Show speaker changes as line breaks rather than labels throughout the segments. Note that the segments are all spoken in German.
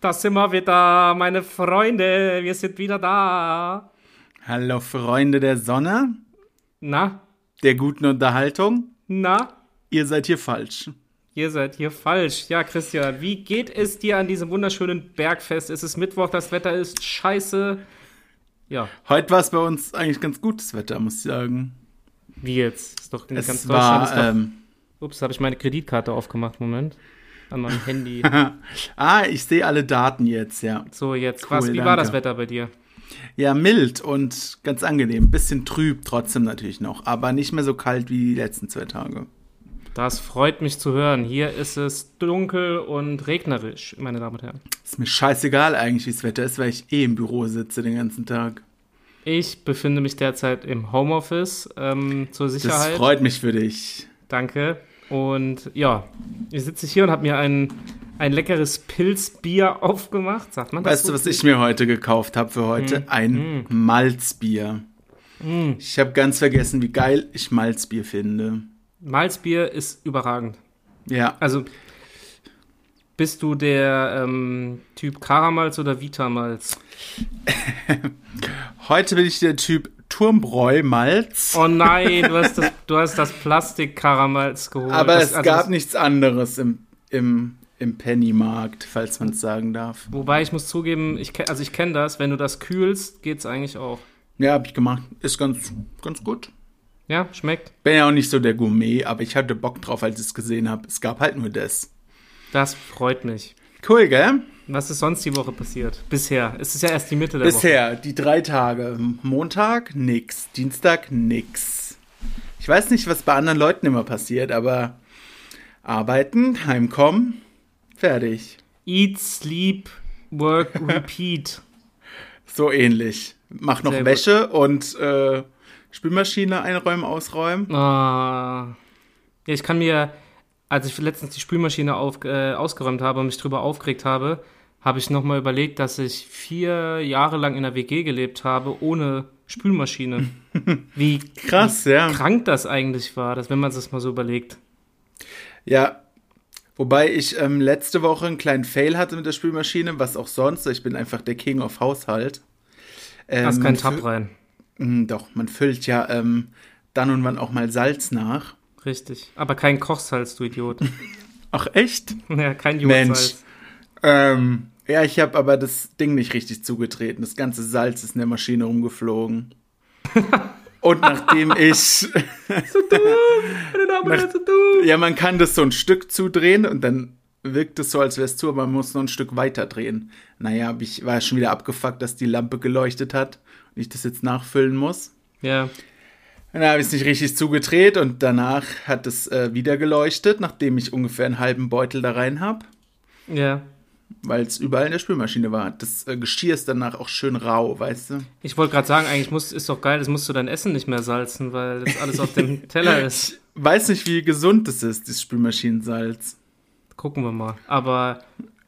Da sind wir wieder, meine Freunde. Wir sind wieder da.
Hallo Freunde der Sonne,
Na,
der guten Unterhaltung.
na,
Ihr seid hier falsch.
ihr seid hier falsch. Ja, Christian, wie geht es dir an diesem wunderschönen Bergfest? Es ist Mittwoch, das Wetter ist scheiße. Ja,
Heute war es bei uns eigentlich ganz gutes Wetter, muss ich sagen.
wie jetzt? Ist doch in
Es
ganz Deutschland.
war,
Ist doch,
ähm,
ups, habe ich meine Kreditkarte aufgemacht. Moment. An meinem Handy.
ah, ich sehe alle Daten jetzt, ja.
So, jetzt.
Cool,
Was, wie war
danke.
das Wetter bei dir?
Ja, mild und ganz angenehm. Bisschen trüb trotzdem natürlich noch, aber nicht mehr so kalt wie die letzten zwei Tage.
Das freut mich zu hören. Hier ist es dunkel und regnerisch, meine Damen und Herren.
Ist mir scheißegal eigentlich, wie das Wetter ist, weil ich eh im Büro sitze den ganzen Tag.
Ich befinde mich derzeit im Homeoffice ähm, zur
Das
Sicherheit.
freut mich für dich.
Danke. Und ja, ich sitze hier und habe mir ein, ein leckeres Pilzbier aufgemacht. Sagt man das?
Weißt
so?
du, was ich mir heute gekauft habe für
Hm.
heute? Ein Malzbier. Ich habe ganz vergessen, wie geil ich Malzbier finde.
Malzbier ist überragend.
Ja,
Also bist du der ähm, Typ Karamalz oder Vitamalz?
heute bin ich der Typ Turmbräu-Malz,
Oh nein, du hast das, du hast das Plastik-Karamalz geholt.
aber
das,
es
also
gab
das-
nichts anderes im, im, im Pennymarkt, falls man es sagen darf.
Wobei ich muss zugeben, ich, ke- also ich kenne das, wenn du das kühlst, geht's eigentlich auch.
Ja, habe ich gemacht. Ist ganz, ganz gut.
Ja, schmeckt.
Bin ja auch nicht so der Gourmet, aber ich hatte Bock drauf, als ich es gesehen habe. Es gab halt nur das.
Das freut mich.
Cool, gell?
Was ist sonst die Woche passiert? Bisher. Es ist ja erst die Mitte der Woche.
Bisher die drei Tage. Montag nix, Dienstag nix. Ich weiß nicht, was bei anderen Leuten immer passiert, aber arbeiten, heimkommen, fertig.
Eat, sleep, work, repeat.
So ähnlich. Mach noch
Sehr gut.
Wäsche und äh, Spülmaschine einräumen, ausräumen.
Ah. Ja, ich kann mir, als ich letztens die Spülmaschine auf, äh, ausgeräumt habe und mich drüber aufgeregt habe, habe ich nochmal überlegt, dass ich vier Jahre lang in der WG gelebt habe ohne Spülmaschine. Wie
Krass, ja.
krank das eigentlich war, dass, wenn man es mal so überlegt.
Ja. Wobei ich ähm, letzte Woche einen kleinen Fail hatte mit der Spülmaschine, was auch sonst. Ich bin einfach der King of Haushalt. Ähm,
Hast keinen
fü-
Tab rein.
Mm, Doch, man füllt ja ähm, dann und wann auch mal Salz nach.
Richtig. Aber kein Kochsalz, du Idiot.
Ach echt?
ja, kein
Mensch.
Joghurtsalz.
Ähm, ja, ich habe aber das Ding nicht richtig zugetreten. Das ganze Salz ist in der Maschine rumgeflogen. Und nachdem ich,
Meine Damen und
Nach-
Herren, so dumm.
ja, man kann das so ein Stück zudrehen und dann wirkt es so, als wäre es zu, aber man muss noch ein Stück weiter drehen. Naja, hab ich war schon wieder abgefuckt, dass die Lampe geleuchtet hat und ich das jetzt nachfüllen muss.
Ja.
Dann habe ich es nicht richtig zugedreht und danach hat es äh, wieder geleuchtet, nachdem ich ungefähr einen halben Beutel da rein habe.
Ja.
Weil es überall in der Spülmaschine war. Das äh, Geschirr ist danach auch schön rau, weißt du?
Ich wollte gerade sagen, eigentlich muss, ist doch geil, das musst du dein Essen nicht mehr salzen, weil das alles auf dem Teller ist.
Weiß nicht, wie gesund es ist, das Spülmaschinensalz.
Gucken wir mal. Aber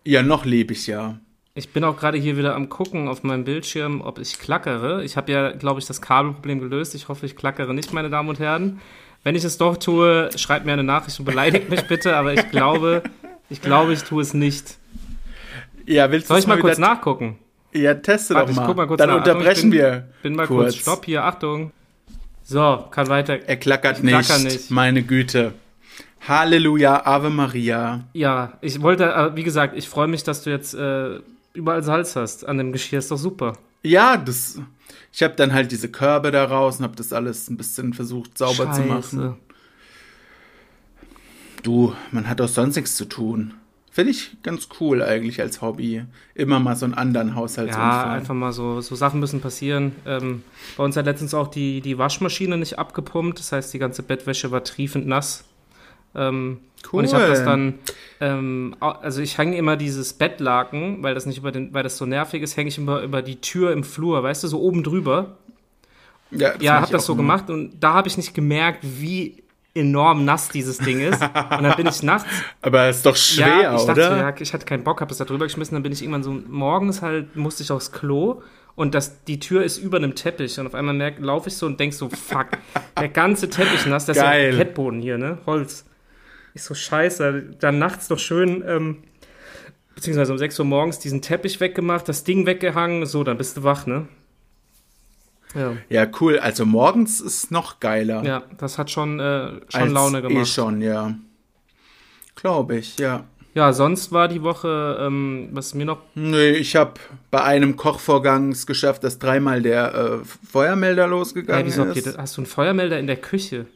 Ja, noch lebe ich ja.
ich bin auch gerade hier wieder am Gucken auf meinem Bildschirm, ob ich klackere. Ich habe ja, glaube ich, das Kabelproblem gelöst. Ich hoffe, ich klackere nicht, meine Damen und Herren. Wenn ich es doch tue, schreibt mir eine Nachricht und beleidigt mich bitte, aber ich glaube, ich glaube, ich tue es nicht.
Ja, willst du
Soll ich
es
mal kurz
wieder-
nachgucken?
Ja, teste
Warte,
doch
ich
mal.
guck mal kurz
Dann
nach. Achtung,
unterbrechen
ich
wir.
Bin mal kurz,
Kurz.
stopp hier, Achtung. So, kann weiter.
Er klackert nicht.
klacker nicht.
Meine Güte. Halleluja, Ave Maria.
Ja, ich wollte, äh, wie gesagt, ich freue mich, dass du jetzt äh, überall Salz hast. An dem Geschirr ist doch super.
Ja, das. Ich habe dann halt diese Körbe da raus und habe das alles ein bisschen versucht sauber zu machen. Du, man hat auch sonst nichts zu tun. Finde ich ganz cool eigentlich als Hobby. Immer mal so einen anderen Haushaltsunfall.
Ja, einfach mal so, so Sachen müssen passieren. Ähm, bei uns hat letztens auch die, die Waschmaschine nicht abgepumpt. Das heißt, die ganze Bettwäsche war triefend nass. Ähm,
Cool.
Und ich habe das dann, ähm, au- also ich hänge immer dieses Bettlaken, weil das nicht über den, weil das so nervig ist, hänge ich immer über die Tür im Flur, weißt du, so oben drüber.
ja, das
Ja,
mach
hab
ich
das
auch
so
immer.
gemacht und da habe ich nicht gemerkt, wie enorm nass dieses Ding ist. Und dann bin ich nachts.
Aber ist doch schwer,
ja, ich dachte,
oder?
ja, ich hatte keinen Bock, habe das da drüber geschmissen. Dann bin ich irgendwann so morgens halt musste ich aufs Klo und das, die Tür ist über einem Teppich und auf einmal merk, laufe ich so und denk so Fuck, der ganze Teppich nass, das
Geil.
ist ja Kettboden hier, ne, Holz. Ich so Scheiße, dann nachts noch schön. Ähm, beziehungsweise um 6 Uhr morgens diesen Teppich weggemacht, das Ding weggehangen, so, dann bist du wach, ne? Ja,
Ja, cool. Also morgens ist noch geiler.
ja das hat schon, äh, schon
als
Laune gemacht.
Eh schon, ja. Glaube ich, ja.
Ja, sonst war die Woche, ähm, was mir noch.
Nee, ich habe bei einem Kochvorgang es geschafft, dass dreimal der äh, Feuermelder
Hey,
losgegangen
wieso habt ihr das?
ist.
Hast du einen Feuermelder in der Küche?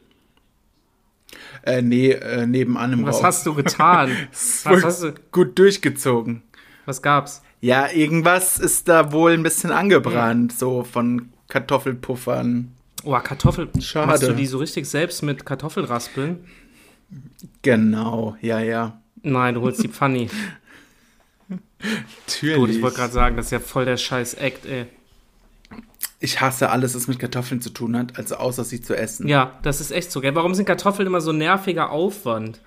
Äh, nee, äh, nebenan im
Was
Raum.
hast du getan?
Das
was
wohl
hast du-
Gut durchgezogen.
was gab's?
Ja, irgendwas ist da wohl ein bisschen angebrannt, so von Kartoffelpuffern.
Oh, Kartoffel.
Schade.
Machst du die so richtig selbst mit Kartoffelraspeln?
Genau, ja, ja.
Nein, du holst die Pfanni.
Natürlich.
Gut, ich wollte gerade sagen, das ist ja voll der scheiß Act, ey.
Ich hasse alles, was mit Kartoffeln zu tun hat, also außer sie zu essen.
Ja, das ist echt so, gell? Warum sind Kartoffeln immer so ein nerviger Aufwand?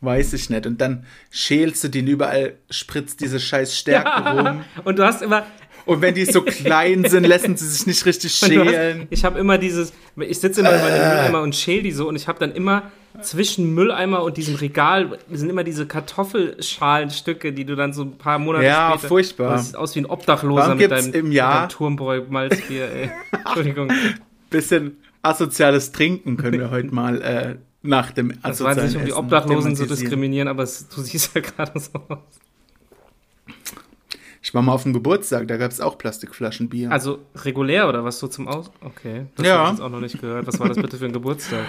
Weiß ich nicht. Und dann schälst du den überall, spritzt diese scheiß Stärke rum.
Und du hast immer,
Und wenn die so klein sind, lassen sie sich nicht richtig
Und du hast-
schälen.
Ich habe immer dieses, ich sitze immer in
Äh.
meinem Mülleimer und schäle die so und ich habe dann immer zwischen Mülleimer und diesem Regal sind immer diese Kartoffelschalenstücke, die du dann so ein paar Monate
Ja,
später...
furchtbar.
Du siehst aus wie ein Obdachloser
Warum
mit
gibt's
deinem,
im Jahr-
mit deinem Turmbräu-Malzbier, ey. Entschuldigung,
Bisschen asoziales Trinken können wir heute mal äh, nach dem
das war
asozialen
nicht, um die
Essen
Obdachlosen zu
thematisieren.
diskriminieren, aber es, du siehst ja gerade so aus.
Ich war mal auf dem Geburtstag, da gab es auch Plastikflaschenbier.
Also regulär oder was so zum Aus... Okay, das
Ja.
habe ich jetzt auch noch nicht gehört. Was war das bitte für ein Geburtstag?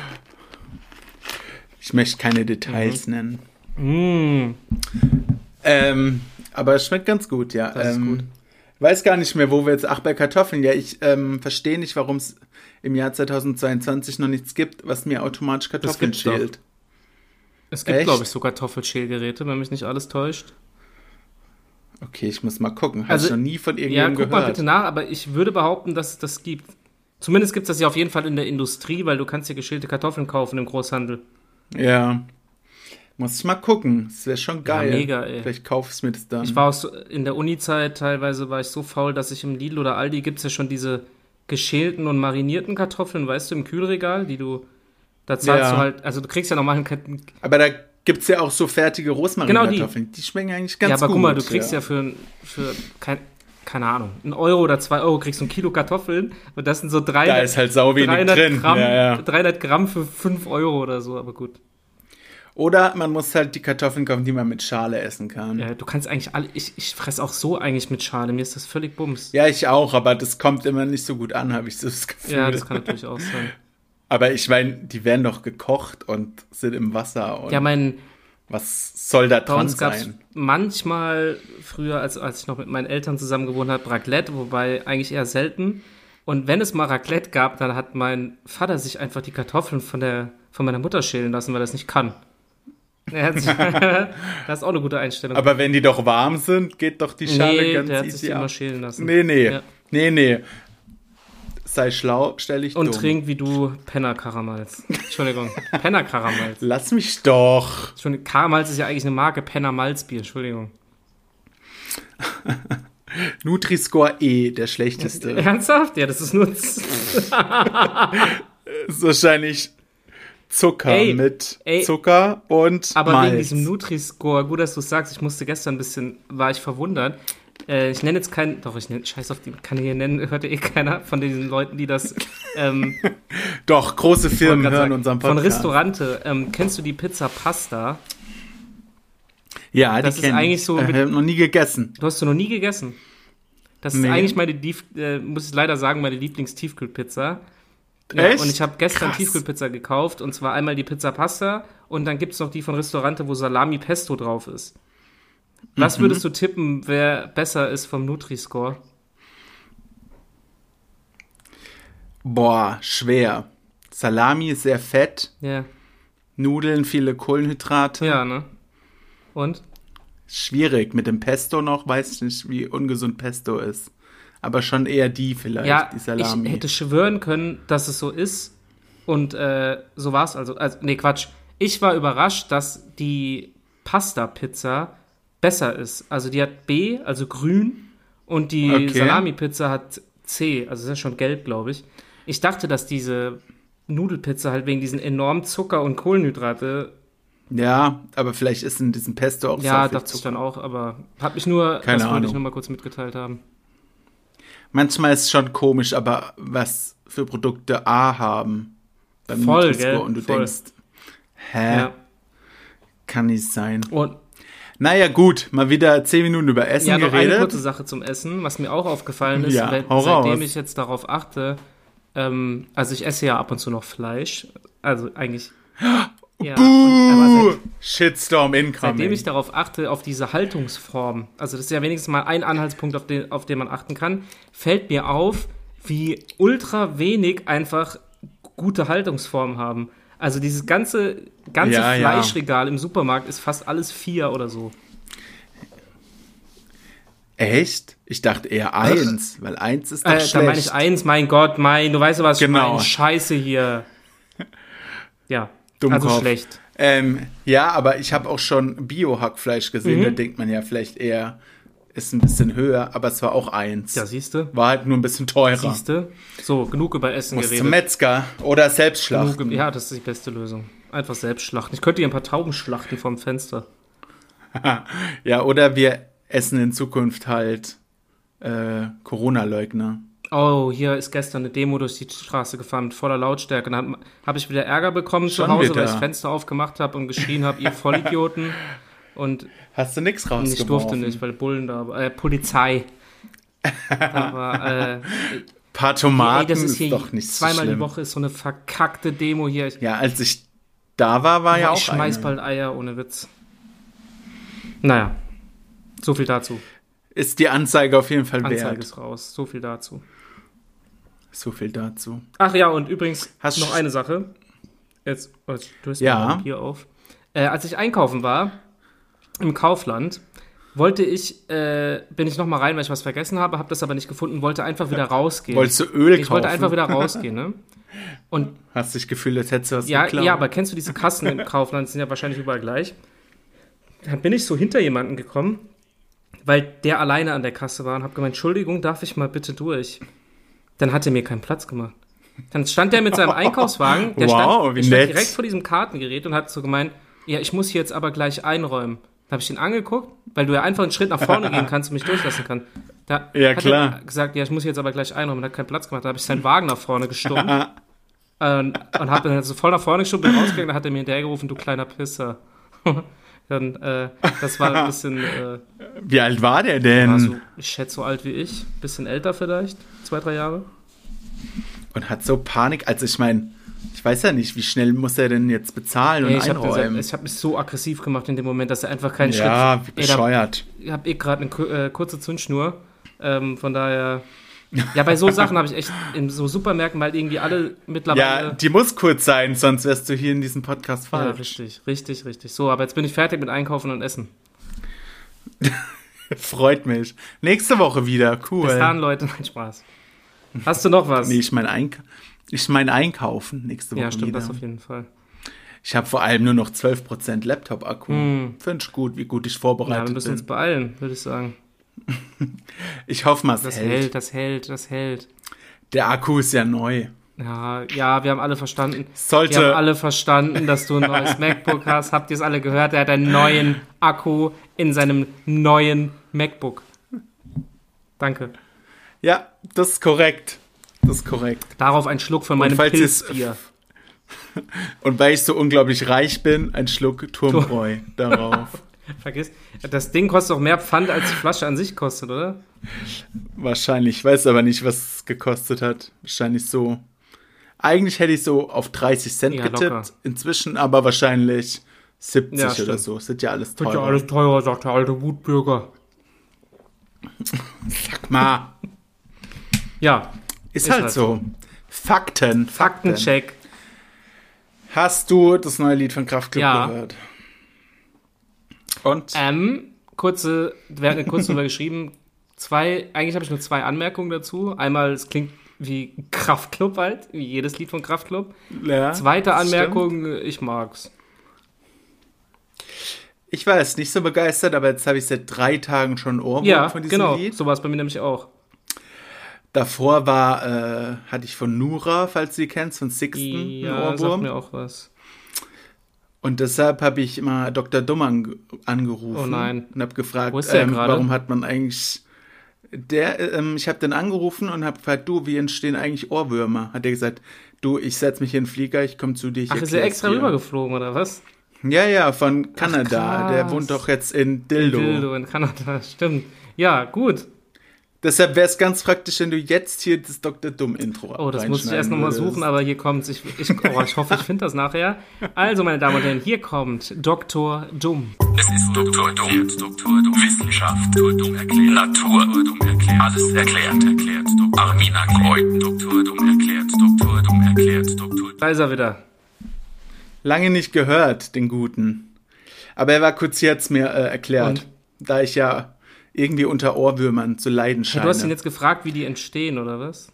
ich möchte keine
Mhm.
Details nennen.
Mm,
Ähm, aber es schmeckt ganz gut, ja.
Das ist
ähm,
gut.
Weiß gar nicht mehr, wo wir jetzt. Ach, bei Kartoffeln. Ja, ich ähm, verstehe nicht, warum es im Jahr 2022 noch nichts gibt, was mir automatisch Kartoffeln
gibt's doch.
schält.
es gibt,
Echt?
glaube ich, so Kartoffelschälgeräte, wenn mich nicht alles täuscht.
Okay, ich muss mal gucken. Habe
Also-
ich noch nie von
Ja,
irgendjemandem
guck mal
gehört.
bitte nach, aber ich würde behaupten, dass es das gibt. Zumindest gibt es das ja auf jeden Fall in der Industrie, weil du kannst hier geschälte Kartoffeln kaufen im Großhandel.
Ja. Muss ich mal gucken. Das wäre schon geil.
mega, ey.
Vielleicht kaufe ich mir das dann.
Ich war auch so, in der Uni-Zeit teilweise war ich so faul, dass ich im Lidl oder Aldi gibt es ja schon diese geschälten und marinierten Kartoffeln, weißt du, im Kühlregal, die du, da zahlst
Ja.
du halt, also du kriegst ja nochmal einen, Kat-
aber da gibt es ja auch so fertige Rosmarinkartoffeln. die. schmecken eigentlich ganz
Genau ja, aber
gut.
guck mal, du kriegst ja, für, ein- für kein, keine Ahnung, einen Euro oder zwei Euro kriegst du ein Kilo Kartoffeln und das sind so 300,
Da ist halt sau wenig
300
drin.
Gramm,
Ja, ja.
300 Gramm für 5 Euro oder so, aber gut.
Oder man muss halt die Kartoffeln kaufen, die man mit Schale essen kann.
Ja, du kannst eigentlich alle. Ich, ich fresse auch so eigentlich mit Schale. Mir ist das völlig bums.
Ja, ich auch, aber das kommt immer nicht so gut an, habe ich so das Gefühl.
Ja, das kann natürlich auch sein.
aber ich meine, die werden doch gekocht und sind im Wasser und
Ja, mein,
was soll da
bei
dran
uns gab es
sein?
manchmal früher, als, als ich noch mit meinen Eltern zusammen gewohnt habe, Raclette, wobei eigentlich eher selten. Und wenn es mal Raclette gab, dann hat mein Vater sich einfach die Kartoffeln von, der, von meiner Mutter schälen lassen, weil er es nicht kann. Er hat sich, das ist auch eine gute Einstellung.
Aber wenn die doch warm sind, geht doch die Schale
nee,
ganz
der hat sich die
easy
immer
ab.
schälen lassen.
Nee, nee.
Ja.
Nee, nee. Sei schlau, stell dich
Und
dumm.
trink wie du Penner-Karamals. Entschuldigung, Penner-Karamals.
Lass mich doch.
Schon Karamals ist ja eigentlich eine Marke, Penner Malzbier, Entschuldigung.
Nutri-Score E, der schlechteste.
Ernsthaft? Ja, das ist nur Z-
ist wahrscheinlich Zucker
Ey,
mit
ey.
Zucker und
aber
Malz.
wegen diesem Nutri-Score, gut, dass du es sagst, ich musste gestern ein bisschen, war ich verwundert. Äh, ich nenne jetzt keinen, doch, ich nenne, scheiß auf die, kann ich hier nennen, hört ja eh keiner von diesen Leuten, die das, ähm,
doch, große
wollte
Firmen
grad
hören
sagen,
unseren
von
Podcast.
Restaurante. Ähm, kennst du die Pizza Pasta?
Ja,
Das
die
ist
kenn ich.
eigentlich so
Äh,
mit-
hab noch nie gegessen.
Du hast du noch nie gegessen. Das ist
Nee.
eigentlich meine, Lief- äh, muss ich leider sagen, meine Lieblingstiefkühlpizza.
Echt?
und ich habe gestern
Krass.
Tiefkühlpizza gekauft und zwar einmal die Pizza Pasta und dann gibt's noch die von Restaurante, wo Salami Pesto drauf ist.
Mhm.
Was würdest du tippen, wer besser ist vom Nutri-Score?
Boah, schwer. Salami ist sehr fett,
Ja,
Nudeln viele Kohlenhydrate.
ja, ne? Und?
Schwierig mit dem Pesto noch, weiß ich nicht, wie ungesund Pesto ist. Aber schon eher die vielleicht,
ja,
die Salami.
ich hätte schwören können, dass es so ist und äh, so war's also. also. Nee, Quatsch. Ich war überrascht, dass die Pasta-Pizza besser ist. Also die hat B, also grün, und die
Okay.
Salami-Pizza hat C, also das ist ja schon gelb, glaube ich. Ich dachte, dass diese Nudelpizza halt wegen diesen enormen Zucker- und Kohlenhydrate
Ja, aber vielleicht ist in diesem Pesto auch
Ja,
sau viel
dachte ich
Zucker.
dann auch, aber hat mich nur,
Keine
das wollte ich
Ahnung.
nur mal kurz mitgeteilt haben.
Manchmal ist es schon komisch, aber was für Produkte A haben beim
Voll,
Nutri-Score
gell?
und du
Voll.
denkst, hä,
Ja.
kann nicht sein.
Und
Naja, gut, mal wieder zehn Minuten über Essen
ja, noch eine kurze
geredet.
Sache zum Essen, was mir auch aufgefallen ist,
Ja,
weil-
hau
seitdem
raus.
ich jetzt darauf achte, ähm, also ich esse ja ab und zu noch Fleisch, also eigentlich. Ja, und, aber seit,
Buh, Uh, Shitstorm
Seitdem
incoming.
ich darauf achte, auf diese Haltungsform, also das ist ja wenigstens mal ein Anhaltspunkt, auf den, auf den man achten kann, fällt mir auf, wie ultra wenig einfach gute Haltungsformen haben. Also dieses ganze, ganze
Ja, ja.
Fleischregal im Supermarkt ist fast alles vier oder so.
Echt? Ich dachte eher eins, weil eins ist doch
Äh, da meine
schlecht.
ich eins, mein Gott, mein, du weißt ja was,
Genau.
mein Scheiße hier. Ja,
Dummkopf.
also schlecht.
ähm, ja, aber ich habe auch schon Bio-Hackfleisch gesehen,
Mhm.
da denkt man ja vielleicht eher, ist ein bisschen höher, aber es war auch eins.
Ja, siehst du?
war halt nur ein bisschen teurer.
Siehst du? So, genug über Essen
Muss zum
geredet.
Metzger oder selbst
Genug
schlachten.
über- Ja, das ist die beste Lösung. Einfach selbst schlachten. Ich könnte hier ein paar Tauben schlachten vom Fenster.
Ja, oder wir essen in Zukunft halt äh, Corona-Leugner.
Oh, hier ist gestern eine Demo durch die Straße gefahren mit voller Lautstärke. Dann habe ich wieder Ärger bekommen
Schon
zu Hause,
wieder.
weil ich das Fenster aufgemacht habe und geschrien habe, ihr Vollidioten. Und
Hast du nichts rausgeworfen?
ich durfte nicht, weil Bullen da waren. Äh, Polizei. Aber äh,
Paar Tomaten
ey, das ist hier
doch nicht so
zweimal
schlimm.
die Woche ist so eine verkackte Demo hier. Ich,
Ja, als ich da war, war Ah ja
ich
auch
schmeiß
eine.
bald Eier ohne Witz. Naja, so viel dazu.
Ist die Anzeige auf jeden Fall
Anzeige
wert.
ist raus. So viel dazu.
So viel dazu.
Ach ja, und übrigens
Hast
noch
du-
eine Sache. Jetzt oh, jetzt stößt
Ja.
mir mein Bier auf. Äh, als ich einkaufen war im Kaufland, wollte ich, äh, bin ich nochmal rein, weil ich was vergessen habe, habe das aber nicht gefunden, wollte einfach wieder rausgehen.
Wolltest du Öl
ich
kaufen?
wollte einfach wieder rausgehen, ne? Und
Hast dich gefühlt, als hättest du was
ja,
geklaut?
ja, aber kennst du diese Kassen im Kaufland? Die sind ja wahrscheinlich überall gleich. Dann bin ich so hinter jemanden gekommen, weil der alleine an der Kasse war und habe gemeint, Entschuldigung, darf ich mal bitte durch? Dann hat er mir keinen Platz gemacht. Dann stand der mit seinem Einkaufswagen, der
Wow,
stand,
wie
der stand
nett.
direkt vor diesem Kartengerät und hat so gemeint, ja, ich muss hier jetzt aber gleich einräumen. Dann habe ich ihn angeguckt, weil du ja einfach einen Schritt nach vorne gehen kannst und mich durchlassen kann. Da
Ja,
hat
klar.
er gesagt, ja, ich muss jetzt aber gleich einräumen und hat keinen Platz gemacht. Da habe ich seinen Wagen nach vorne gestummt und, und hab dann so voll nach vorne geschoben, bin rausgegangen, dann hat er mir hinterhergerufen, du kleiner Pisser. dann, äh, das war ein bisschen, äh,
Wie alt war der
war
denn?
so, ich schätze so alt wie ich, bisschen älter vielleicht, zwei, drei Jahre.
Und hat so Panik. Also ich meine, ich weiß ja nicht, wie schnell muss er denn jetzt bezahlen und
Ey, ich habe
einräumen?
hab mich so aggressiv gemacht in dem Moment, dass er einfach keinen
ja, wie
Schritt... Ey, da-
bescheuert.
ich habe eh gerade eine ku- äh, kurze Zündschnur. Ähm, von daher. Ja, bei so Sachen habe ich echt in so Supermärkten halt irgendwie alle
Ja,
mittlerweile.
die muss kurz sein, sonst wärst du hier in diesem Podcast
ja,
falsch.
richtig, richtig, richtig. So, aber jetzt bin ich fertig mit Einkaufen und Essen.
Freut mich. Nächste Woche wieder. Cool.
Bis dann, Leute, mein Spaß. Hast du noch was?
Nee, ich meine Eink ich mein Einkaufen nächste Woche
ja, stimmt,
wieder.
das auf jeden Fall.
Ich habe vor allem nur noch 12% Laptop-Akku. Find ich gut, wie gut ich
Hm. Ja, wir
vorbereitet
müssen uns
bin.
beeilen, würde ich sagen.
Ich hoffe mal, es
Das
hält.
hält. das hält, das hält.
Der Akku ist ja neu.
Ja, ja, wir haben alle verstanden.
Sollte-
Wir haben alle verstanden, dass du ein neues MacBook hast. Habt ihr es alle gehört? Er hat einen neuen Akku in seinem neuen MacBook. Danke.
Ja, das ist korrekt. Das ist korrekt.
Darauf ein Schluck von meinem
falls ihr es-
Pilzbier.
Und weil ich so unglaublich reich bin, ein Schluck Turmbräu darauf.
Vergiss, das Ding kostet auch mehr Pfand, als die Flasche an sich kostet, oder?
Wahrscheinlich. Ich weiß aber nicht, was es gekostet hat. Wahrscheinlich so. Eigentlich hätte ich so auf 30 Cent
Ja,
getippt.
locker.
Inzwischen aber wahrscheinlich 70
Ja,
oder
stimmt.
so. Sind ja alles
Wird ja
teurer.
alles teurer, sagt der alte Wutbürger.
Ma,
Ja,
ist,
Ist
halt
halt
so. Fakten.
Faktencheck.
Hast du das neue Lied von Kraftklub
Ja.
gehört? Und?
Ähm, kurze, wir hatten kurz drüber geschrieben. Zwei, eigentlich habe ich nur zwei Anmerkungen dazu. Einmal, es klingt wie Kraftclub halt, wie jedes Lied von Kraftclub.
ja,
Zweite
das stimmt.
Anmerkung, ich mag's.
Ich war jetzt nicht so begeistert, aber jetzt habe ich seit drei Tagen schon Ohrwurm
Ja,
von diesem
genau.
Lied.
So war es bei mir nämlich auch.
Davor war, äh, hatte ich von Nura, falls du sie kennst, von Sixten,
Ja,
einen
sagt
Ohrwurm.
mir auch was.
Und deshalb habe ich immer Dr. Dumm ange angerufen
Oh nein.
und habe gefragt,
Wo ist der
ähm,
gerade?
warum hat man eigentlich der, äh, ähm, ich habe den angerufen und habe gefragt, du, wie entstehen eigentlich Ohrwürmer? Hat er gesagt, du, ich setz mich in den Flieger, ich komme zu dir. Ich
Ach, ist er
erklär's
extra
dir.
rübergeflogen, oder was?
Ja, ja, von Kanada.
krass.
der wohnt doch jetzt in Dildo.
Dildo in Kanada, stimmt. Ja, gut.
Deshalb wäre es ganz praktisch, wenn du jetzt hier das Dr. Dumm-Intro
Oh, das muss ich
reinschneiden
erst nochmal
würdest.
suchen, aber hier kommt's. Ich, ich, oh, ich hoffe, ich finde das nachher. Also, meine Damen und Herren, hier kommt Dr. Dumm.
Es ist Doktor Dumm. Doktor Dumm. Wissenschaft. Doktor Dumm erklärt. Natur. Doktor Dumm erklärt. Alles erklärt. Erklärt. Doktor Armin erklärt. Doktor Dumm erklärt. Doktor Dumm erklärt. Doktor
Da ist er wieder.
Lange nicht gehört, den Guten. Aber er war kurz jetzt mir äh, erklärt, da ich ja irgendwie unter Ohrwürmern zu leiden
Ja,
scheine.
du hast ihn jetzt gefragt, wie die entstehen, oder was?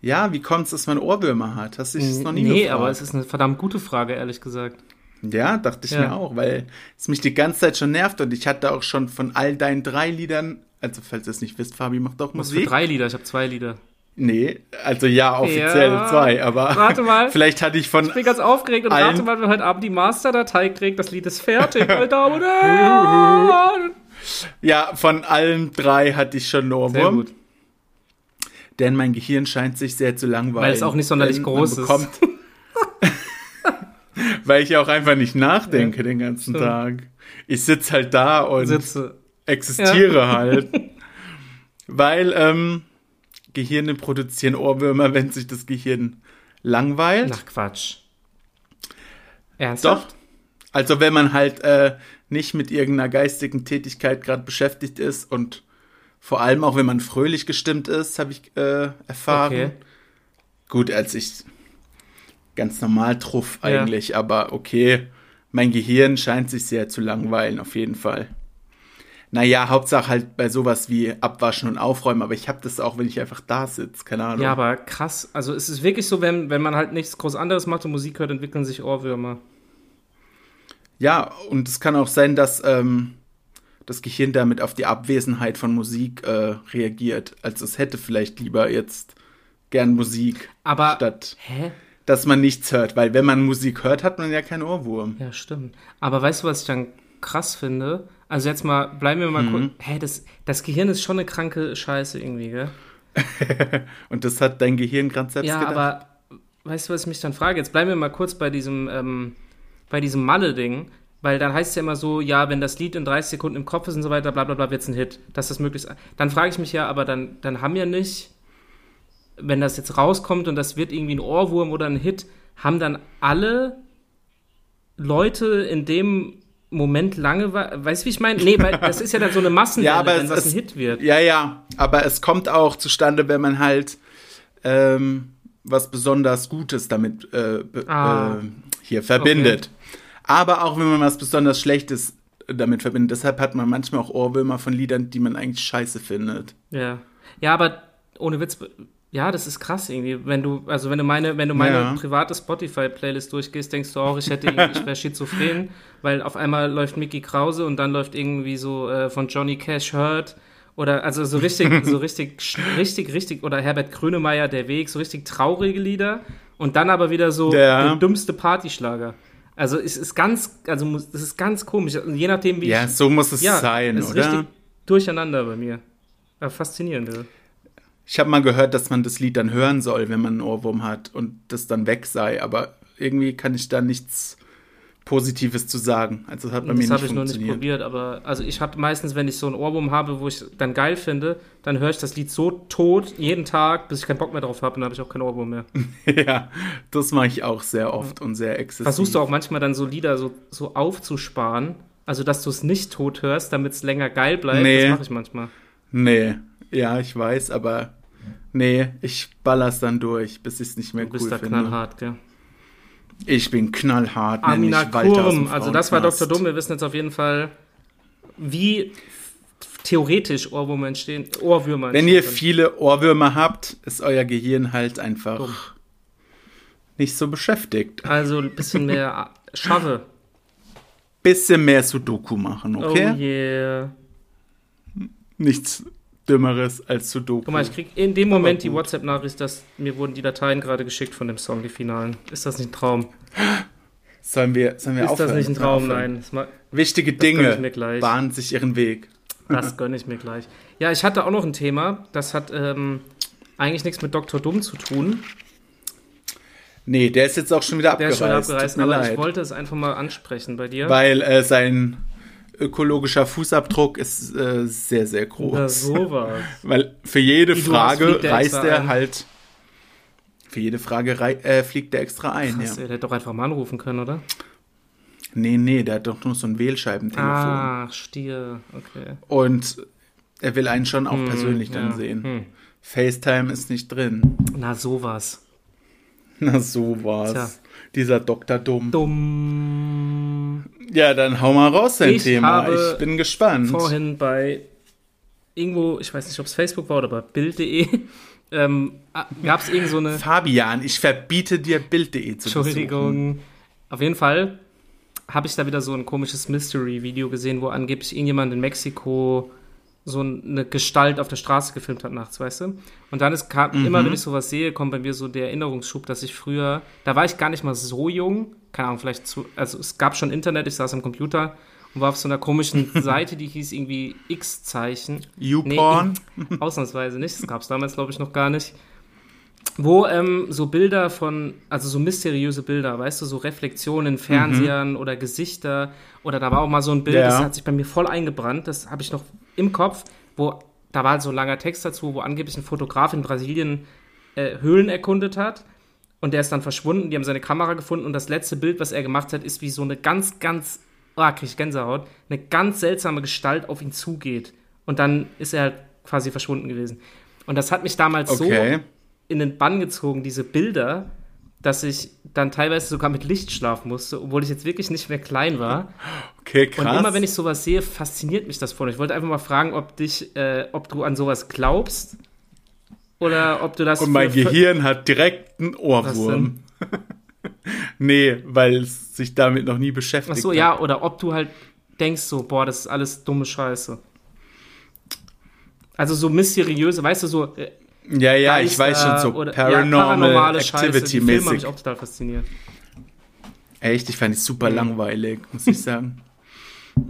ja, wie kommt es, dass man Ohrwürmer hat? Hast du dich das noch nie
nee,
gefragt?
aber es ist eine verdammt gute Frage, ehrlich gesagt.
ja, dachte ich
Ja.
mir auch, weil es mich die ganze Zeit schon nervt und ich hatte auch schon von all deinen drei Liedern, also falls ihr es nicht wisst, Fabi macht auch
Was für
Musik.
drei Lieder? Ich habe zwei Lieder.
Nee, also ja, offiziell
Ja.
zwei, aber
Warte mal.
vielleicht hatte ich von
Ich bin ganz aufgeregt und
Ein-
warte mal, wer heute Abend die Masterdatei kriegt. Das Lied ist fertig, meine Damen und Herren.
Ja, von allen drei hatte ich schon einen Ohrwurm.
Sehr gut.
Denn mein Gehirn scheint sich sehr zu langweilen.
Weil es auch nicht sonderlich
Denn
groß ist.
man bekommt, Weil ich auch einfach nicht nachdenke den ganzen
stimmt.
Tag. Ich sitze halt da und
Sitze.
existiere halt. Weil ähm, Gehirne produzieren Ohrwürmer, wenn sich das Gehirn langweilt.
Ach, Quatsch. Ernsthaft?
Doch. Also wenn man halt äh, nicht mit irgendeiner geistigen Tätigkeit gerade beschäftigt ist und vor allem auch wenn man fröhlich gestimmt ist, habe ich äh, erfahren.
Okay.
Gut, als ich ganz normal truff eigentlich, aber okay, mein Gehirn scheint sich sehr zu langweilen, auf jeden Fall. Naja, Hauptsache halt bei sowas wie Abwaschen und Aufräumen, aber ich habe das auch, wenn ich einfach da sitze, keine Ahnung.
Ja, aber krass. Also es ist wirklich so, wenn, wenn man halt nichts groß anderes macht und Musik hört, entwickeln sich Ohrwürmer.
Ja, und es kann auch sein, dass ähm, das Gehirn damit auf die Abwesenheit von Musik äh, reagiert. Also es hätte vielleicht lieber jetzt gern Musik,
Aber-
statt
Hä?
dass man nichts hört. Weil wenn man Musik hört, hat man ja keinen Ohrwurm.
Ja, stimmt. Aber weißt du, was ich dann krass finde? Also jetzt mal, bleiben wir mal
Mhm.
kurz. Hä, das, das Gehirn ist schon eine kranke Scheiße irgendwie, gell?
Und das hat dein Gehirn gerade selbst
Ja,
gedacht.
aber weißt du, was ich mich dann frage? Jetzt bleiben wir mal kurz bei diesem, ähm, bei diesem Malle-Ding, weil dann heißt es ja immer so, ja, wenn das Lied in 30 Sekunden im Kopf ist und so weiter, bla bla bla, wird's ein Hit. Dass das möglichst. Dann frage ich mich ja, aber dann, dann haben ja nicht, wenn das jetzt rauskommt und das wird irgendwie ein Ohrwurm oder ein Hit, haben dann alle Leute in dem Moment lange, weißt du, wie ich meine? Nee, weil das ist ja dann so eine Massenwelle,
Ja, aber
wenn
es
das ein
ist-
Hit wird.
ja, ja, aber es kommt auch zustande, wenn man halt ähm, was besonders Gutes damit äh, be-
Ah.
äh, hier verbindet. Aber auch wenn man was besonders Schlechtes damit verbindet. Deshalb hat man manchmal auch Ohrwürmer von Liedern, die man eigentlich scheiße findet.
Ja. Ja, aber ohne Witz, ja, das ist krass irgendwie. Wenn du, also wenn du meine, wenn du meine
Ja.
private Spotify-Playlist durchgehst, denkst du auch, ich hätte irgendwie- ich wäre schizophren, weil auf einmal läuft Mickey Krause und dann läuft irgendwie so äh, von Johnny Cash Hurt oder also so richtig, so richtig, sch- richtig, richtig, oder Herbert Grönemeyer, der Weg, so richtig traurige Lieder und dann aber wieder so
Ja.
der dümmste Partyschlager. Also es ist ganz, also muss- das ist ganz komisch. Also Je nachdem, wie
Ja,
ich
so muss es
ja,
sein,
es ist
oder?
richtig durcheinander bei mir. Ja, faszinierend. ja.
Ich habe mal gehört, dass man das Lied dann hören soll, wenn man einen Ohrwurm hat und das dann weg sei. Aber irgendwie kann ich da nichts Positives zu sagen. Also das hat bei
Das
mir nicht
habe ich noch nicht
funktioniert.
probiert, aber also ich habe meistens, wenn ich so einen Ohrwurm habe, wo ich dann geil finde, dann höre ich das Lied so tot jeden Tag, bis ich keinen Bock mehr drauf habe und dann habe ich auch keinen Ohrwurm mehr.
Ja, das mache ich auch sehr oft und sehr exzessiv.
Versuchst du auch manchmal dann so Lieder so, so aufzusparen, also dass du es nicht tot hörst, damit es länger geil bleibt.
Nee.
Das mache ich manchmal.
Nee, ja, ich weiß, aber nee, ich baller's dann durch, bis ich's nicht mehr
Du bist
cool
da
finde.
knallhart, gell?
Ich bin knallhart, nenn
Amina
ich Walter aus dem
Kurm, also das war Dr.
Frauenknast.
Dumm. Wir wissen jetzt auf jeden Fall, wie theoretisch Ohrwürmer entstehen. Ohrwürmer
Wenn ihr
entstehen können.
viele Ohrwürmer habt, ist euer Gehirn halt einfach
Dumm.
nicht so beschäftigt.
Also ein bisschen mehr Schaffe.
Bisschen mehr Sudoku machen, okay?
Oh yeah.
Nichts Dümmeres als Sudoku.
Guck mal, ich krieg in dem Moment
gut.
die WhatsApp-Nachricht, dass mir wurden die Dateien gerade geschickt von dem Song, die Finalen. Ist das nicht ein Traum?
Sollen wir, sollen wir
Ist
aufhören?
das nicht ein Traum?
Aufhören.
Nein. Das, ma-
Wichtige
gönn ich mir
Dinge
gleich.
bahnen sich ihren Weg.
das gönne ich mir gleich. Ja, ich hatte auch noch ein Thema, das hat ähm, eigentlich nichts mit Dr. Dumm zu tun.
Nee, der ist jetzt auch schon wieder
Der ist
abgereist.
schon abgereist,
Tut mir
aber
leid.
ich wollte es einfach mal ansprechen bei dir.
Weil äh, sein ökologischer Fußabdruck ist äh, sehr, sehr groß.
Ja, sowas.
Weil für jede
Wie du hast,
Frage
fliegt er
reist
extra
er
ein.
halt. Für jede Frage rei äh, fliegt er extra ein.
Krass,
ja.
ey, der hätte doch einfach mal anrufen können, oder?
Nee, nee, der hat doch nur so ein Wählscheibentelefon.
Ah, Stier, okay.
Und er will einen schon auch persönlich dann
Hm, ja. Hm.
sehen. FaceTime ist nicht drin.
Na, sowas.
Na, so war's.
Tja.
Dieser Doktor dumm.
Dumm.
Ja, dann hau mal raus dein
Ich
Thema.
habe
Ich bin gespannt.
vorhin bei irgendwo, ich weiß nicht, ob es Facebook war oder bei Bild.de, ähm, gab es irgend so eine,
Fabian, ich verbiete dir Bild.de zu besuchen.
Entschuldigung, auf jeden Fall habe ich da wieder so ein komisches Mystery-Video gesehen, wo angeblich irgendjemand in Mexiko so eine Gestalt auf der Straße gefilmt hat nachts, weißt du? Und dann ist kam, immer, wenn ich sowas sehe, kommt bei mir so der Erinnerungsschub, dass ich früher, da war ich gar nicht mal so jung, keine Ahnung, vielleicht zu, also es gab schon Internet, ich saß am Computer und war auf so einer komischen Seite, die hieß irgendwie X-Zeichen.
YouPorn?
Nee, ausnahmsweise nicht, das gab es damals, glaube ich, noch gar nicht. Wo ähm, so Bilder von, also so mysteriöse Bilder, weißt du, so Reflexionen in Fernsehern oder Gesichter oder da war auch mal so ein Bild,
Mhm. Ja.
das hat sich bei mir voll eingebrannt, das habe ich noch im Kopf, wo da war so ein langer Text dazu, wo angeblich ein Fotograf in Brasilien äh, Höhlen erkundet hat und der ist dann verschwunden, die haben seine Kamera gefunden und das letzte Bild, was er gemacht hat, ist wie so eine ganz, ganz, ah, krieg ich Gänsehaut, eine ganz seltsame Gestalt auf ihn zugeht und dann ist er halt quasi verschwunden gewesen. Und das hat mich damals so
Okay.
in den Bann gezogen, diese Bilder, dass ich dann teilweise sogar mit Licht schlafen musste, obwohl ich jetzt wirklich nicht mehr klein war.
Okay,
Und
krass.
immer wenn ich sowas sehe, fasziniert mich das voll. Ich wollte einfach mal fragen, ob dich, äh, ob du an sowas glaubst oder ob du das.
Und mein
für- für-
Gehirn hat direkt einen Ohrwurm. nee, weil es sich damit noch nie
Ach
beschäftigt
so,
hat.
ja, oder ob du halt denkst so, boah, das ist alles dumme Scheiße. Also so mysteriöse, weißt du, so äh,
Ja, ja, ich
Geister
weiß schon so.
äh, oder- ja,
Paranormal
paranormale Scheiße. Die Filme haben mich
Activity-mäßig.
auch total fasziniert.
Echt, ich fand es super langweilig, muss ich sagen.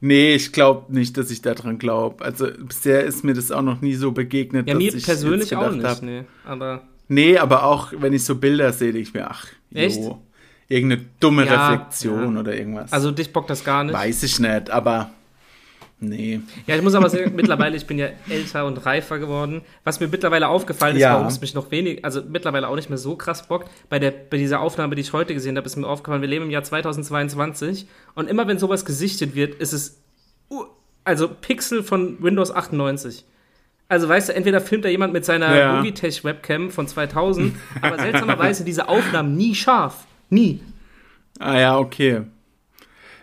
nee, ich glaube nicht, dass ich daran glaube. Also bisher ist mir das auch noch nie so begegnet.
Ja,
dass
mir
ich jetzt
persönlich auch
gedacht
nicht, nee.
hab-
Aber
Nee, aber auch wenn ich so Bilder sehe, denk ich mir, ach,
Echt?
jo, irgendeine dumme
Ja,
Reflexion
ja.
oder irgendwas.
also dich bockt das gar nicht.
weiß ich nicht, aber nee.
Ja, ich muss aber sagen, mittlerweile, ich bin ja älter und reifer geworden. Was mir mittlerweile aufgefallen ist,
Ja.
warum es mich noch wenig, also mittlerweile auch nicht mehr so krass bockt, bei, der, bei dieser Aufnahme, die ich heute gesehen habe, ist mir aufgefallen, wir leben im Jahr 2022 und immer wenn sowas gesichtet wird, ist es, u- also Pixel von Windows 98. Also weißt du, entweder filmt da jemand mit seiner
Ja.
Logitech-Webcam von 2000, aber seltsamerweise sind diese Aufnahmen nie scharf. Nie.
Ah ja, okay.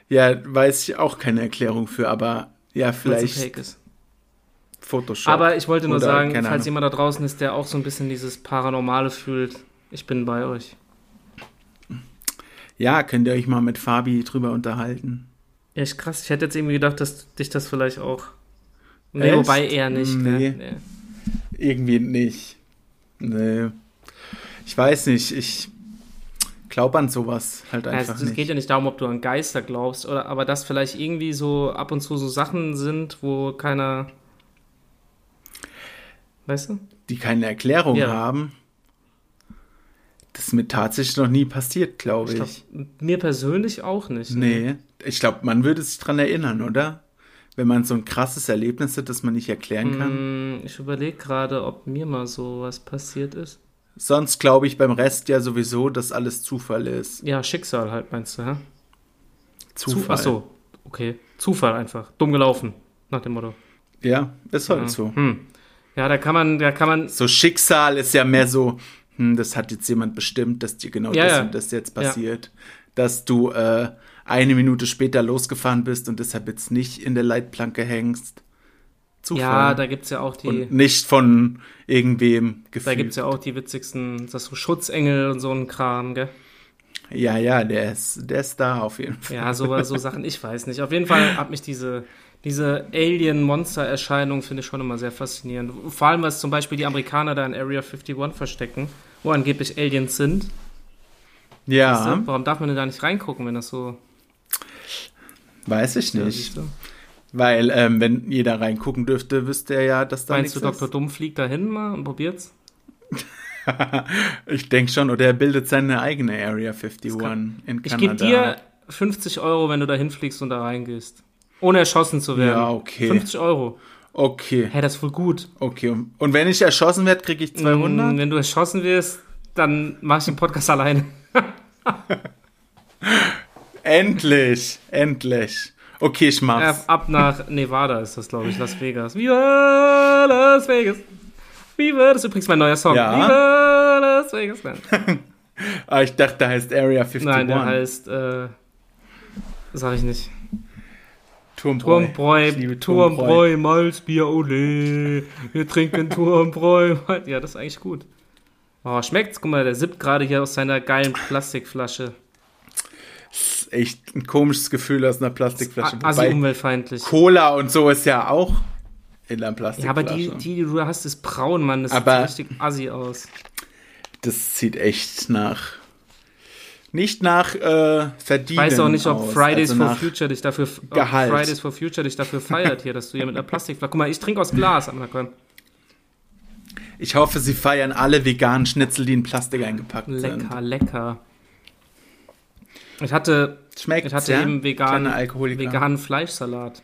Ja, weiß ich auch keine Erklärung für, aber
wenn's
ja,
ein
vielleicht
Fake ist.
Photoshop.
Aber ich wollte nur
Oder,
sagen,
keine
falls
Ahnung.
jemand da draußen ist, der auch so ein bisschen dieses Paranormale fühlt, ich bin bei euch.
ja, könnt ihr euch mal mit Fabi drüber unterhalten.
Echt krass. Ich hätte jetzt irgendwie gedacht, dass dich das vielleicht auch. Nee,
Echt?
wobei eher nicht.
Nee.
Gell? Nee.
Irgendwie nicht. Nee. Ich weiß nicht, ich glaube an sowas halt
Also,
einfach
es
nicht.
geht ja nicht darum, ob du an Geister glaubst, oder, aber dass vielleicht irgendwie so ab und zu so Sachen sind, wo keiner. Weißt du?
Die keine Erklärung
Ja.
haben. Das ist mir tatsächlich noch nie passiert, glaube
Ich
ich.
glaub, mir persönlich auch nicht.
nee. Ich glaube, man würde sich dran erinnern, oder? Wenn man so ein krasses Erlebnis hat, das man nicht erklären kann.
Hm, Ich überlege gerade, ob mir mal sowas passiert ist.
Sonst glaube ich beim Rest ja sowieso, dass alles Zufall ist.
Ja, Schicksal halt, meinst du, hä? Zu,
Zufall.
ach so, okay. Zufall einfach. Dumm gelaufen, nach dem Motto.
Ja, ist halt so.
Hm. Ja, da kann man, da kann man.
So Schicksal ist ja mehr so, hm, das hat jetzt jemand bestimmt, dass dir genau
Ja,
das
ja.
und das jetzt
Ja.
passiert. Dass du äh, eine Minute später losgefahren bist und deshalb jetzt nicht in der Leitplanke hängst. Zufall.
Ja, da gibt's ja auch die.
und nicht von irgendwem
Da
gefühlt.
gibt's ja auch die witzigsten, das so Schutzengel und so ein Kram, gell?
ja, ja, der ist, der ist da auf jeden Fall.
Ja, so, so Sachen, ich weiß nicht. Auf jeden Fall hat mich diese, diese Alien-Monster-Erscheinung, finde ich schon immer sehr faszinierend. Vor allem, was zum Beispiel die Amerikaner da in Area 51 verstecken, wo angeblich Aliens sind. Weißt
Ja,
du? Warum darf man denn da nicht reingucken, wenn das so
weiß ich
Ja,
nicht.
siehst du?
Weil, ähm, wenn jeder reingucken dürfte, wüsste er ja, dass da
Meinst du,
nichts
Dr. Dumm fliegt da hin mal und probiert's?
ist. Ich denke schon, oder er bildet seine eigene Area 51 in
Ich gebe
Kanada.
dir 50 Euro, wenn du da hinfliegst und da reingehst. Ohne erschossen zu werden.
Ja, okay.
50 Euro.
okay,
Hä, das ist wohl gut.
okay. Und und wenn ich erschossen werde, kriege ich 200?
Mm, Wenn du erschossen wirst, dann mach ich den Podcast alleine.
Endlich, endlich. Okay, ich
Äh,
mach's.
ab nach Nevada ist das, glaube ich, Las Vegas. Viva Las Vegas! Viva, das ist übrigens mein neuer Song.
Ja.
Viva Las Vegas. Nein,
Ah, ich dachte, der heißt Area 51.
Nein der heißt, äh, sag ich nicht.
Turmbräu. Ich
Turmbräu,
liebe
Turmbräu, Malzbier, ole. Wir trinken Turmbräu. Malz- Ja, das ist eigentlich gut. Oh, schmeckt's? Guck mal, der sippt gerade hier aus seiner geilen Plastikflasche.
Das ist echt ein komisches Gefühl aus einer Plastikflasche.
Also
Wobei
umweltfeindlich.
Cola und so ist ja auch in einer
Ja,
Plastikflasche.
aber die, die, die du da hast, ist braun, Mann. Das
Aber-
sieht richtig assi aus.
das sieht echt nach. Nicht nach äh,
Ich
Verdienen.
weiß auch nicht, ob
aus,
Fridays
also
for
nach-
Future dich dafür ob
Gehalt.
Fridays for Future dich dafür feiert hier, dass du hier mit einer Plastikflasche. Guck mal, ich trinke aus Glas, Amakan.
Ich hoffe, sie feiern alle veganen Schnitzel, die in Plastik eingepackt
Lecker, lecker. Ich hatte,
sind. Schmeckt
ich hatte
ja?
eben vegan,
Kleine Alkoholiker.
veganen Fleischsalat.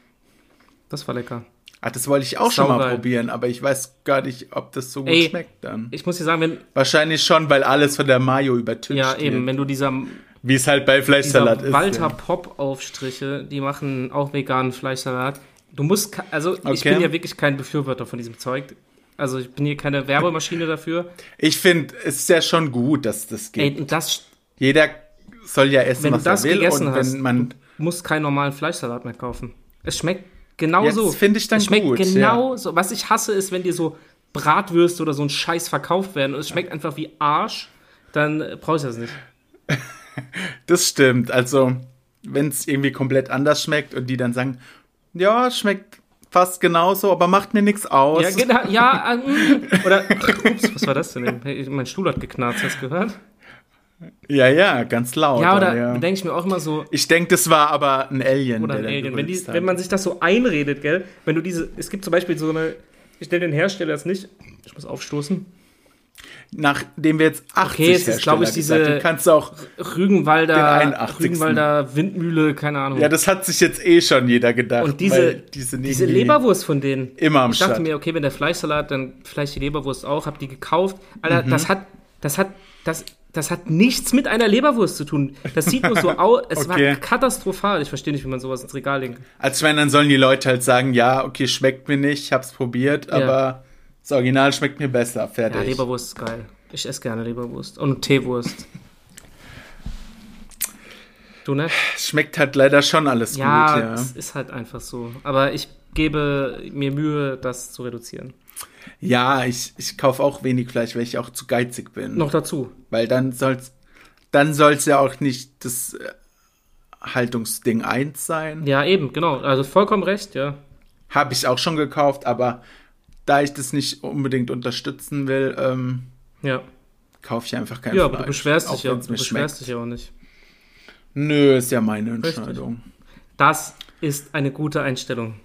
Das war lecker.
Ah, das wollte ich auch schon mal
Saugeil.
probieren, aber ich weiß gar nicht, ob das so gut
Ey.
schmeckt dann.
Ich muss dir sagen, wenn
Wahrscheinlich schon, weil alles von der Mayo übertüncht
ja eben,
wird.
wenn du dieser,
Wie es halt bei
dieser
Fleischsalat ist.
Walter Pop Aufstriche, die machen auch veganen Fleischsalat. Du musst, ka- also ich
Okay.
bin ja wirklich kein Befürworter von diesem Zeug. Also ich bin hier keine Werbemaschine dafür.
Ich finde, es ist ja schon gut, dass das geht.
Ey, und das
Jeder soll ja essen,
Wenn du
was
das
er will.
gegessen
und
hast,
wenn man
muss keinen normalen Fleischsalat mehr kaufen. Es schmeckt genau
Jetzt
so.
finde ich dann
es schmeckt
gut,
genau so. Was ich hasse, ist, wenn dir so Bratwürste oder so ein Scheiß verkauft werden und es schmeckt einfach wie Arsch, dann äh, brauche ich das nicht.
das stimmt, also wenn es irgendwie komplett anders schmeckt und die dann sagen, ja, schmeckt fast genauso, aber macht mir nichts aus.
Ja, genau, ja, äh, mm. oder, ups, was war das denn? Hey, mein Stuhl hat geknarzt, hast du gehört?
ja, ja, ganz laut.
Ja, oder
Oh, ja.
denke ich mir auch immer so,
Ich denke, das war aber ein Alien.
oder ein
der da
Alien. Wenn, die,
gerülpst hat.
wenn man sich das so einredet, gell, wenn du diese, es gibt zum Beispiel so eine, ich nenne den Hersteller jetzt nicht, ich muss aufstoßen,
Nachdem wir jetzt 80
Okay, es ist, glaub ich,
Hersteller gesagt
diese-
haben, kannst du auch. Den
Rügenwalder,
81..
Rügenwalder Windmühle, keine Ahnung.
Ja, das hat sich jetzt eh schon jeder gedacht.
Und diese,
weil
diese,
sind irgendwie-
Leberwurst von denen.
Immer am
Ich dachte
Start.
mir, okay, wenn der Fleischsalat, dann vielleicht die Leberwurst auch, hab die gekauft. Alter,
Mhm.
das hat, das hat, das, das hat nichts mit einer Leberwurst zu tun. Das sieht nur so aus. Es war
Okay.
katastrophal. Ich verstehe nicht, wie man sowas ins Regal legt.
Als wenn dann sollen die Leute halt sagen, ja, okay, schmeckt mir nicht, ich hab's probiert, aber das Original schmeckt mir besser,
Ja,
fertig.
Leberwurst ist geil. Ich esse gerne Leberwurst. Und Teewurst. Du, ne?
Es schmeckt halt leider schon alles
Ja,
gut, ja.
es ist halt einfach so. Aber ich gebe mir Mühe, das zu reduzieren.
Ja, ich, ich kaufe auch wenig Fleisch, weil ich auch zu geizig bin.
Noch dazu.
Weil dann soll's, dann soll's ja auch nicht das äh, Haltungsding 1 sein.
Ja, eben, genau. Also vollkommen recht, ja.
Habe ich auch schon gekauft, aber da ich das nicht unbedingt unterstützen will, ähm,
Ja.
kaufe ich einfach kein
Ja,
Fleisch.
aber du beschwerst
auch
dich ja,
wenn's
du
mir schmeckt.
beschwerst dich ja auch nicht.
Nö, ist ja meine Entscheidung.
Das ist eine gute Einstellung.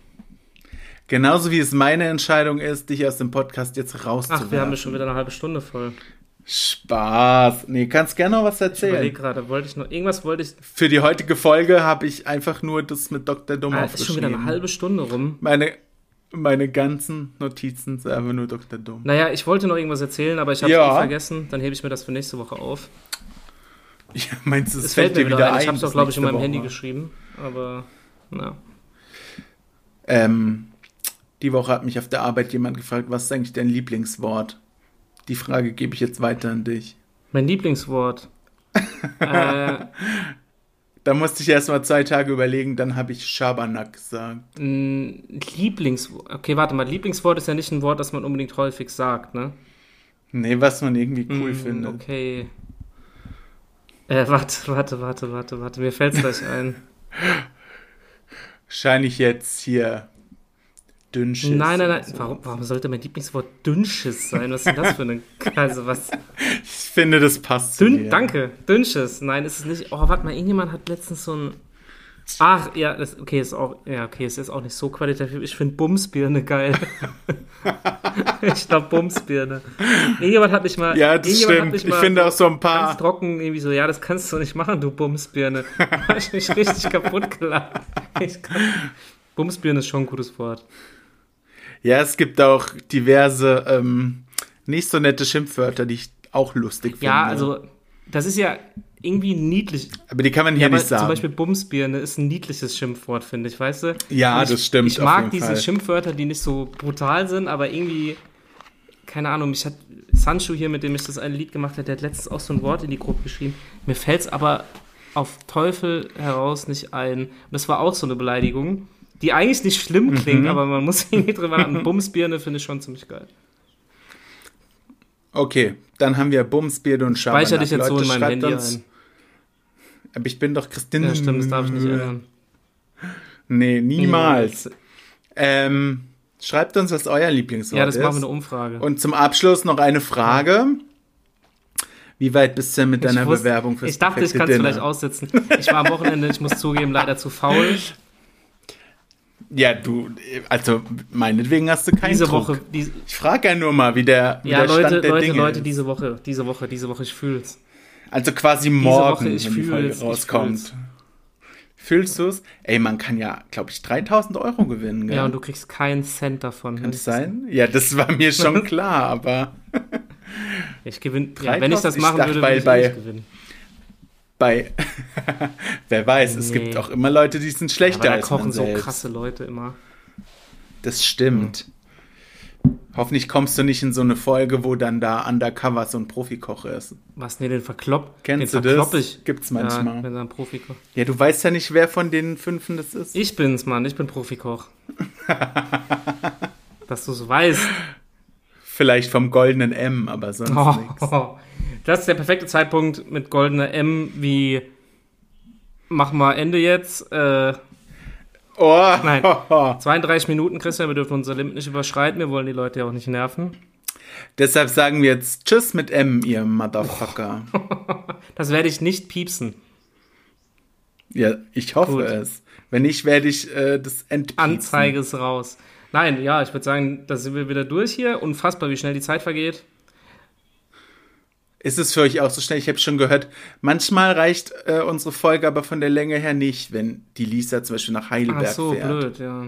Genauso wie es meine Entscheidung ist, dich aus dem Podcast jetzt
Ach,
rauszuwerfen.
wir haben ja schon wieder eine halbe Stunde voll.
Spaß. Nee, kannst gerne noch
Ich
was
überlege
erzählen.
gerade, wollte ich noch irgendwas wollte ich.
Für die heutige Folge habe ich einfach nur das mit Dr. Dumm
Ah, ist schon
aufgeschrieben.
wieder eine halbe Stunde rum.
meine, meine ganzen Notizen sind einfach nur Dr. Dumm.
Naja, ich wollte noch irgendwas erzählen, aber ich habe es
Ja.
eh vergessen. Dann hebe ich mir das für nächste Woche auf.
Ja, meinst du, es
Es
fällt, dir wieder ein?
Ich habe es auch,
bis
glaube ich, in
nächste
meinem Handy
Woche?
geschrieben. Aber, na.
Ähm, die Woche hat mich auf der Arbeit jemand gefragt, was ist eigentlich dein Lieblingswort? Die Frage gebe ich jetzt weiter an dich.
Mein Lieblingswort. äh,
Da musste ich erst mal zwei Tage überlegen, dann habe ich Schabernack gesagt.
ein Lieblingswort. Okay, warte mal. Lieblingswort ist ja nicht ein Wort, das man unbedingt häufig sagt, ne?
Nee, was man irgendwie cool
Mm,
findet.
Okay. Äh, warte, warte, warte, warte, warte. Mir fällt's gleich ein.
Wahrscheinlich jetzt hier Dünnschiss.
Nein, nein,
oder
nein.
so.
Warum, warum sollte mein Lieblingswort Dünnschiss sein? Was ist denn das für eine. Also, was.
Ich finde, das passt zu
Dünn,
dir.
Danke. Dünnschiss. Nein, ist es nicht. Oh, warte mal, irgendjemand hat letztens so ein. Ach, ja, das, okay, ist auch, ja, okay, ist jetzt auch nicht so qualitativ. Ich finde Bumsbirne geil. ich glaube Bumsbirne. Irgendjemand hat mich mal.
Ja, das
irgendjemand hat
stimmt.
mich
Ich
mal
finde auch so ah. ein
ganz
paar.
trocken irgendwie so, ja, das kannst du nicht machen, du Bumsbirne. Da hab ich mich richtig kaputt gelacht. Ich kann, Bumsbirne ist schon ein gutes Wort.
Ja, es gibt auch diverse ähm, nicht so nette Schimpfwörter, die ich auch lustig finde.
Ja, also, das ist ja irgendwie niedlich.
Aber die kann man hier
aber
nicht sagen.
Zum Beispiel Bumsbirne ist ein niedliches Schimpfwort, finde ich, weißt du?
Ja,
Und ich,
das stimmt,
Ich
auf
mag
jeden
diese
Fall.
Schimpfwörter, die nicht so brutal sind, aber irgendwie, keine Ahnung, mich hat Sancho hier, mit dem ich das ein Lied gemacht habe, der hat letztens auch so ein Wort in die Gruppe geschrieben. Mir fällt es aber auf Teufel heraus nicht ein. Und das war auch so eine Beleidigung, die eigentlich nicht
Mhm.
schlimm klingt, aber man muss irgendwie drüber nachdenken. Bumsbirne finde ich schon ziemlich geil.
okay, dann haben wir Bums, Birde und Schabernack.
Speicher dich jetzt so in meinem
schreibt
Handy
uns,
ein.
Aber ich bin doch Christine.
Ja, stimmt, das darf ich nicht ändern.
Nee, Mm, niemals. Ähm, schreibt uns, was euer Lieblingswort
Ja, das
ist.
machen wir eine Umfrage.
Und zum Abschluss noch eine Frage. Wie weit bist du denn mit
Ich
deiner
wusste-
Bewerbung fürs
Ich dachte, ich
perfekte
kann es
Dinner?
vielleicht aussetzen. Ich war am Wochenende, ich muss zugeben, leider zu faul.
Ja, du, also meinetwegen hast du keinen
Diese
Druck.
Woche, die,
Ich frage ja nur mal, wie der, wie
ja,
der
Leute,
Stand der
Leute,
Dinge
Leute,
ist.
diese Woche, diese Woche, diese Woche, ich fühl's.
Also quasi morgen,
Woche, ich
wenn die Folge
fühl's, ich
rauskommt. Fühlst du es? Ey, man kann ja, glaube ich, 3000 Euro gewinnen. Gell?
Ja, und du kriegst keinen Cent davon.
kann das sein? Ja, das war mir schon klar, aber
Ich gewinne, ja, wenn ich das
3000?
machen
Ich
würde,
dachte,
würde ich
bei-
nicht
bei-
gewinnen.
bei, wer weiß, es
Nee.
gibt auch immer Leute, die sind schlechter
Aber da
als
kochen
man
so
selbst.
krasse Leute immer.
Das stimmt. Hoffentlich kommst du nicht in so eine Folge, wo dann da undercover so ein Profikoch ist.
Was, nee, den verklopp,
Kennst
den
du das?
verklopp ich.
Gibt's
Ja,
manchmal.
wenn da ein Profikoch.
Ja, du weißt ja nicht, wer von den Fünfen das ist.
Ich bin's, Mann, ich bin Profikoch. Dass du es weißt.
Vielleicht vom goldenen M, aber sonst
Oh,
nichts.
das ist der perfekte Zeitpunkt mit goldener M wie mach mal Ende jetzt. Äh,
Oh,
Nein.
hoho.
32 Minuten, Christian, wir dürfen unser Limit nicht überschreiten. Wir wollen die Leute ja auch nicht nerven.
Deshalb sagen wir jetzt Tschüss mit M, ihr Motherfucker.
Das werde ich nicht piepsen.
Ja, ich hoffe
Gut.
es. Wenn nicht, werde ich äh, das entpiepsen.
Anzeige ist raus. Nein, ja, ich würde sagen, da sind wir wieder durch hier. Unfassbar, wie schnell die Zeit vergeht.
Ist es für euch auch so schnell? Ich habe schon gehört, manchmal reicht äh, unsere Folge aber von der Länge her nicht, wenn die Lisa zum Beispiel nach
Ach
Heidelberg
so,
fährt.
blöd, ja.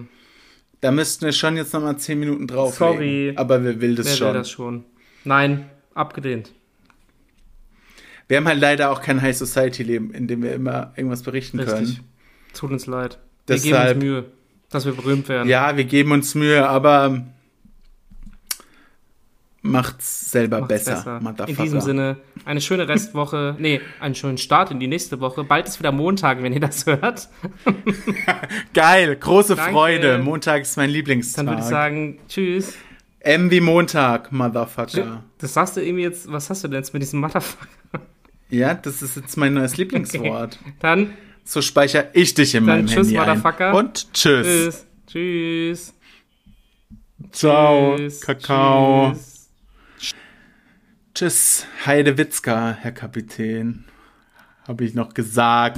Da müssten wir schon jetzt nochmal 10 Minuten drauf.
Sorry.
Aber wer will das
Wer
schon?
will das schon? Nein, abgelehnt.
Wir haben halt leider auch kein High Society-Leben, in dem wir immer irgendwas berichten
Richtig.
können.
Tut uns leid. wir geben
Deshalb-
uns Mühe, dass wir berühmt werden.
Ja, wir geben uns Mühe, aber macht's selber
Macht's
besser,
In diesem Sinne, eine schöne Restwoche. nee, einen schönen Start in die nächste Woche. Bald ist wieder Montag, wenn ihr das hört.
Geil, große
Danke.
Freude. Montag ist mein Lieblingstag.
Dann würde ich sagen, tschüss.
M wie Montag, Motherfucker.
Das sagst du irgendwie jetzt, was hast du denn jetzt mit diesem Motherfucker?
Ja, das ist jetzt mein neues Lieblingswort.
Dann,
So speichere ich dich in
Dann
meinem
tschüss,
Handy
Motherfucker.
ein. Und tschüss.
tschüss. Tschüss.
Ciao,
tschüss,
Kakao. Tschüss.
Tschüss.
tschüss, Heidewitzka, Herr Kapitän. Habe ich noch gesagt.